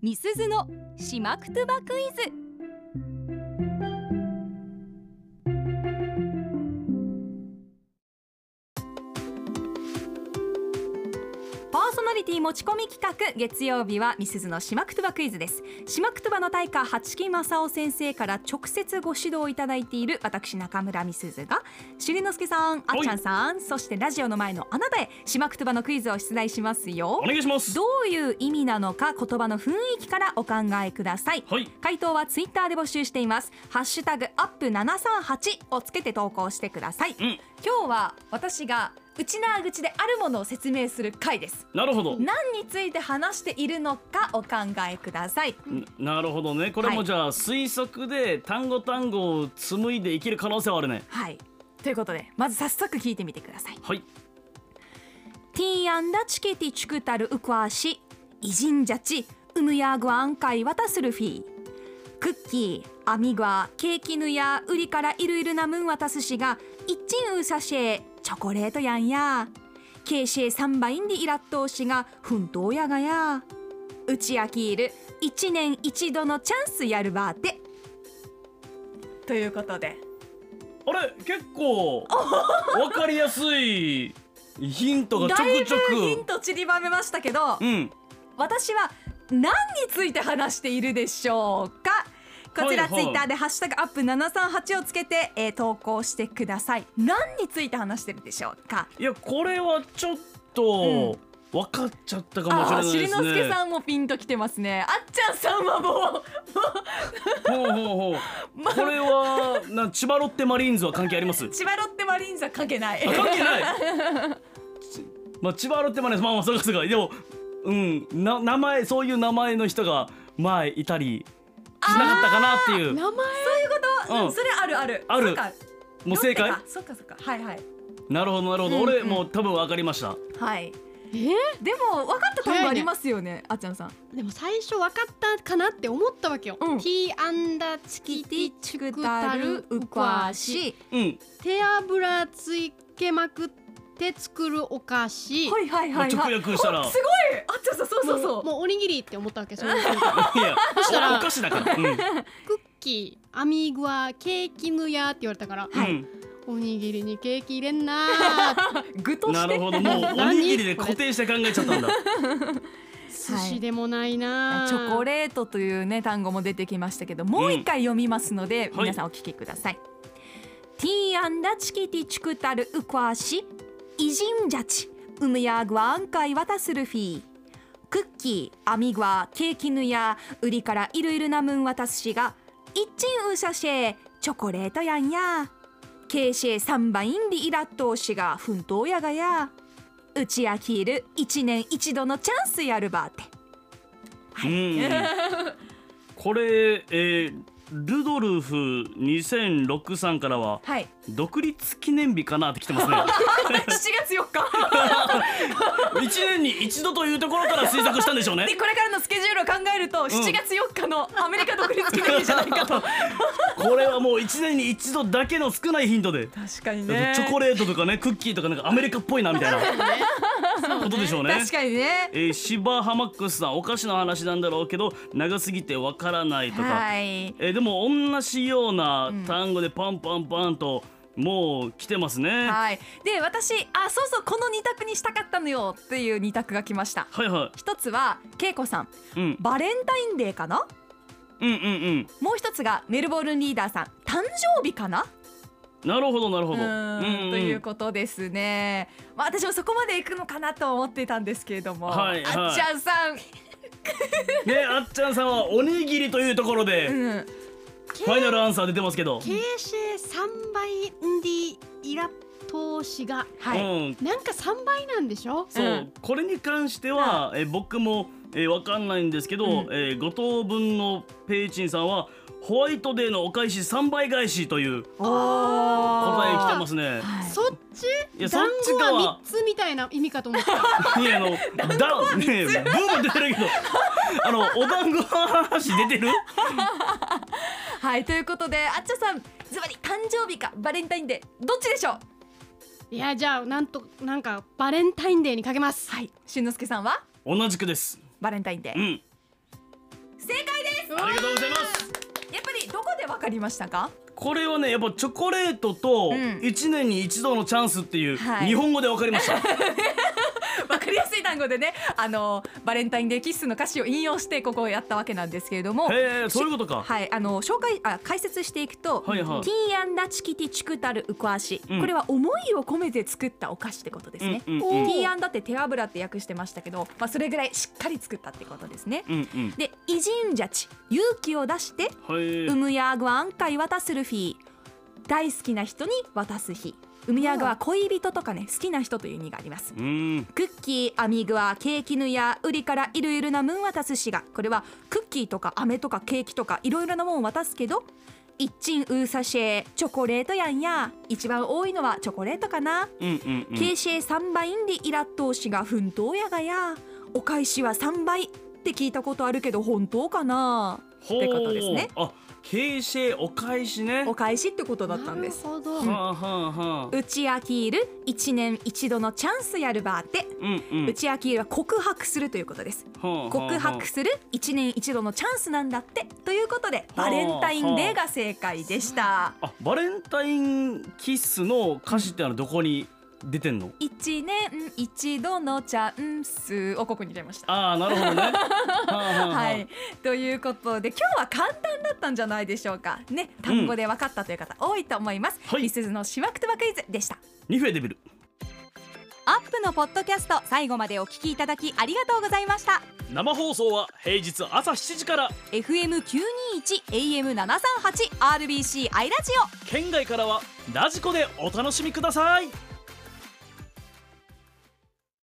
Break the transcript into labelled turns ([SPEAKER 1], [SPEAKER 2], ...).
[SPEAKER 1] みすずのしまくとばクイズパーソナリティ持ち込み企画月曜日はみすずのしまくとばクイズですしまくとばの大家八木正夫先生から直接ご指導いただいている私中村みすずがしりのすけさんあっちゃんさんそしてラジオの前のあなたへしまくとばのクイズを出題しますよ
[SPEAKER 2] お願いします
[SPEAKER 1] どういう意味なのか言葉の雰囲気からお考えください、
[SPEAKER 2] はい
[SPEAKER 1] 回答はツイッターで募集していますハッシュタグアップ738をつけて投稿してください、
[SPEAKER 2] うん
[SPEAKER 1] 今日は私が内縄口であるものを説明する回です
[SPEAKER 2] なるほど
[SPEAKER 1] 何について話しているのかお考えください
[SPEAKER 2] ななるほどねこれ
[SPEAKER 1] は
[SPEAKER 2] も
[SPEAKER 1] い
[SPEAKER 2] じゃあ推測で単語単語を紡いでいける可能性はあるね
[SPEAKER 1] はいということでまず早速聞いてみてください
[SPEAKER 2] はい
[SPEAKER 1] ティーアンダチケティチュクタルウクアシイジンジャチウムヤグアンカイワタスルフィクッキーアミグアケーキヌヤウリからいるいるなムンワタスシがイッチンウーサシェチョコレートやんやケーシェサンバインディイラットーシが奮闘やがやうちあきいる一年一度のチャンスやるばーてということで
[SPEAKER 2] あれ結 構わかりやすいヒントがちょ
[SPEAKER 1] だい
[SPEAKER 2] くちょ
[SPEAKER 1] ぶヒン
[SPEAKER 2] く
[SPEAKER 1] ト散りばめましたけど、
[SPEAKER 2] うん
[SPEAKER 1] 私は何について話しているでしょうかこちら
[SPEAKER 2] はい
[SPEAKER 1] ツ
[SPEAKER 2] は
[SPEAKER 1] イ
[SPEAKER 2] い
[SPEAKER 1] ッターで「ハッシュタグアップ #738」をつけて、えー投稿してください何について話してるでしょうか
[SPEAKER 2] いやこれはちょっと分かっちゃったかもしれ
[SPEAKER 1] あ
[SPEAKER 2] な
[SPEAKER 1] あ
[SPEAKER 2] い
[SPEAKER 1] し
[SPEAKER 2] で
[SPEAKER 1] り
[SPEAKER 2] す
[SPEAKER 1] のすけ
[SPEAKER 2] ね
[SPEAKER 1] さんもピンときてますねあっちゃんさんはも
[SPEAKER 2] ほう ほうほうこれはな千葉ロッテマリーンズは関係あります
[SPEAKER 1] う千葉ロッテマリーンズは関係ない
[SPEAKER 2] あ関係ないちまあ千葉ロッテマリーンズまあまあそうかそうかでもうんな名前そういう名前の人が前いたりしなかったかなっていう
[SPEAKER 3] 名前
[SPEAKER 2] う
[SPEAKER 1] うんそれあるある
[SPEAKER 2] ある
[SPEAKER 1] そうか
[SPEAKER 2] もう正解
[SPEAKER 1] ロッテかそうかそうかはいはい
[SPEAKER 2] なるほどなるほど、
[SPEAKER 1] うんうん
[SPEAKER 2] 俺もう多分分かりました
[SPEAKER 1] はい
[SPEAKER 3] え
[SPEAKER 1] でも分かった単語ありますよねあっちゃんさん
[SPEAKER 3] でも最初分かったかなって思ったわけよ、
[SPEAKER 1] うん
[SPEAKER 3] ティーアンダチキティチクタルウクアシ
[SPEAKER 2] うん
[SPEAKER 3] 手油つけまくって作るお菓子
[SPEAKER 1] はいはいはいはい
[SPEAKER 2] 直訳したら
[SPEAKER 1] おすごいあっちゃんさんそうそうそ
[SPEAKER 3] も
[SPEAKER 1] う
[SPEAKER 3] もうおにぎりって思ったわけその瞬間
[SPEAKER 2] いや
[SPEAKER 3] したら
[SPEAKER 2] おお菓子だからうん、
[SPEAKER 3] クッキーアミグアケーキヌヤって言われたから、
[SPEAKER 1] はい
[SPEAKER 2] うん
[SPEAKER 3] おにぎりにケーキ入れんなー
[SPEAKER 1] 具として
[SPEAKER 2] なるほどもうおにぎりで固定して考えちゃったんだ
[SPEAKER 3] 寿司でもないなー、
[SPEAKER 1] チョコレートというね単語も出てきましたけどもう一回読みますので、
[SPEAKER 2] うん
[SPEAKER 1] 皆さんお聞きください、ティーアンダチキティチクタルウクアシイジンジャチウムヤグアンカイワタスルフィクッキーアミグアケーキヌヤウリからいるいるなムンワタスシがイッチンウシャシェチョコレートやんやケーシェサンバインディイラットーシが奮闘やがやうちやきいる一年一度のチャンスやるばって
[SPEAKER 2] うんこれ、えールドルフ2006さんからは
[SPEAKER 1] はい
[SPEAKER 2] 独立記念日かなって来てますね
[SPEAKER 1] 7月4日
[SPEAKER 2] 1年に一度というところから推測したんでしょう ね
[SPEAKER 1] でこれからのスケジュールを考えると、7月4日のアメリカ独立記念日じゃない かと
[SPEAKER 2] これはもう1年に一度だけの少ないヒントで
[SPEAKER 1] 確かに
[SPEAKER 2] チョコレートとかねクッキーとかなんかアメリカっぽいなみたいなことでしょうね
[SPEAKER 1] 確かにね
[SPEAKER 2] えー、シバハマックスさんお菓子の話なんだろうけど長すぎてわからないとか、
[SPEAKER 1] はい
[SPEAKER 2] えーでも同じような単語でパンパンパンともう来てますね、は
[SPEAKER 1] はいで私あそうそうこの2択にしたかったのよっていう2択が来ました
[SPEAKER 2] いは
[SPEAKER 1] 一つは恵子さん
[SPEAKER 2] い、うん、
[SPEAKER 1] バレンタインデーかな
[SPEAKER 2] うんうんうん
[SPEAKER 1] もう一つがメルボルンリーダーさん誕生日かな
[SPEAKER 2] なるほどなるほど
[SPEAKER 1] うーんということですね、まあ、私もそこまで行くのかなと思っていたんですけれども、
[SPEAKER 2] はいはい
[SPEAKER 1] あっちゃんさん、
[SPEAKER 2] ねあっちゃんさんはおにぎりというところで、
[SPEAKER 1] うん、
[SPEAKER 2] ファイナルアンサー出てますけど、
[SPEAKER 3] ケーシェ3倍んでイラトーシが
[SPEAKER 1] はい、
[SPEAKER 2] うん
[SPEAKER 3] なんか3倍なんでしょ
[SPEAKER 2] そう、
[SPEAKER 1] うん
[SPEAKER 2] これに関しては、えー僕も、えーわかんないんですけど、
[SPEAKER 1] うん
[SPEAKER 2] えー五等分のペイチンさんはホワイトデーのお返し3倍返しという
[SPEAKER 1] お
[SPEAKER 2] 答え
[SPEAKER 1] ー
[SPEAKER 2] 来てますね。
[SPEAKER 3] そっ
[SPEAKER 2] いや
[SPEAKER 3] ち
[SPEAKER 2] そっ
[SPEAKER 3] 団
[SPEAKER 2] ち
[SPEAKER 3] 子
[SPEAKER 2] か
[SPEAKER 3] は3つみたいな意味かと思っ た
[SPEAKER 2] い やあのだねえブーム出てるけど あのお団子の話出てる？
[SPEAKER 1] はいということであっちゃさんズバリ誕生日かバレンタインデーどっちでしょう
[SPEAKER 3] いやじゃあなんとなんかバレンタインデーにかけます
[SPEAKER 1] はいしんのすけさんは
[SPEAKER 2] 同じくです
[SPEAKER 1] バレンタインデー、
[SPEAKER 2] うん
[SPEAKER 1] 正解です
[SPEAKER 2] ありがとうございます
[SPEAKER 1] やっぱりどこでわかりましたか
[SPEAKER 2] これはねやっぱチョコレートと
[SPEAKER 1] うん
[SPEAKER 2] 一年に一度のチャンスっていう
[SPEAKER 1] はい
[SPEAKER 2] 日本語でわかり ました、
[SPEAKER 1] わかりやすい単語でねあのバレンタインデーキッスの歌詞を引用してここをやったわけなんですけれども
[SPEAKER 2] へえそういうことか
[SPEAKER 1] はいあの紹介あ解説していくと「
[SPEAKER 2] はいはい
[SPEAKER 1] ティーアンダチキティチクタルウクアシ」
[SPEAKER 2] うん
[SPEAKER 1] これは思いを込めて作ったお菓子ってことですね。
[SPEAKER 2] うんうん
[SPEAKER 1] テ
[SPEAKER 2] うん
[SPEAKER 1] ィーアンダって手油って訳してましたけど、まあ、それぐらいしっかり作ったってことですね。
[SPEAKER 2] うんうん
[SPEAKER 1] で「偉人じゃち」勇気を出して
[SPEAKER 2] はい
[SPEAKER 1] ウムヤーグアンカイ渡すルフィ大好きな人に渡す日ウムヤーグは恋人とかね好きな人という意味があります
[SPEAKER 2] うん
[SPEAKER 1] クッキーアミグアケーキヌやウリからいろいろなムーン渡すしがこれはクッキーとか飴とかケーキとかいろいろなもん渡すけど一鎮ウーサシェチョコレートやんや一番多いのはチョコレートかな、
[SPEAKER 2] うんうんうん
[SPEAKER 1] 形勢3倍んでイラッとしが奮闘やがやお返しは3倍って聞いたことあるけど本当かなってことですね
[SPEAKER 2] ほうあ形成お返しね
[SPEAKER 1] お返しってことだった
[SPEAKER 3] なん
[SPEAKER 1] で
[SPEAKER 3] る
[SPEAKER 1] す
[SPEAKER 3] ほど。
[SPEAKER 2] はあはあはあ
[SPEAKER 1] 打ち明ける一年一度のチャンスやるばって、
[SPEAKER 2] うんうん
[SPEAKER 1] 打ち明けるは告白するということです
[SPEAKER 2] はあ
[SPEAKER 1] 告
[SPEAKER 2] はあは
[SPEAKER 1] 白する一年一度のチャンスなんだってということでバレンタインデーが正解でした
[SPEAKER 2] ああバレンタインキッスの歌詞ってあのどこに出てんの
[SPEAKER 1] 一年一度のチャンスをここに入れました
[SPEAKER 2] ああなるほど ねはあはあはあ
[SPEAKER 1] はいということで今日は簡単だったんじゃないでしょうかね単語で分かったという方多いと思います、
[SPEAKER 2] はい
[SPEAKER 1] みすずのしわくとばクイズでした
[SPEAKER 2] ニフェデビル
[SPEAKER 1] アップのポッドキャスト最後までお聞きいただきありがとうございました
[SPEAKER 2] 生放送は平日朝7時から
[SPEAKER 1] FM921 AM738 RBC アイラジオ
[SPEAKER 2] 県外からはラジコでお楽しみください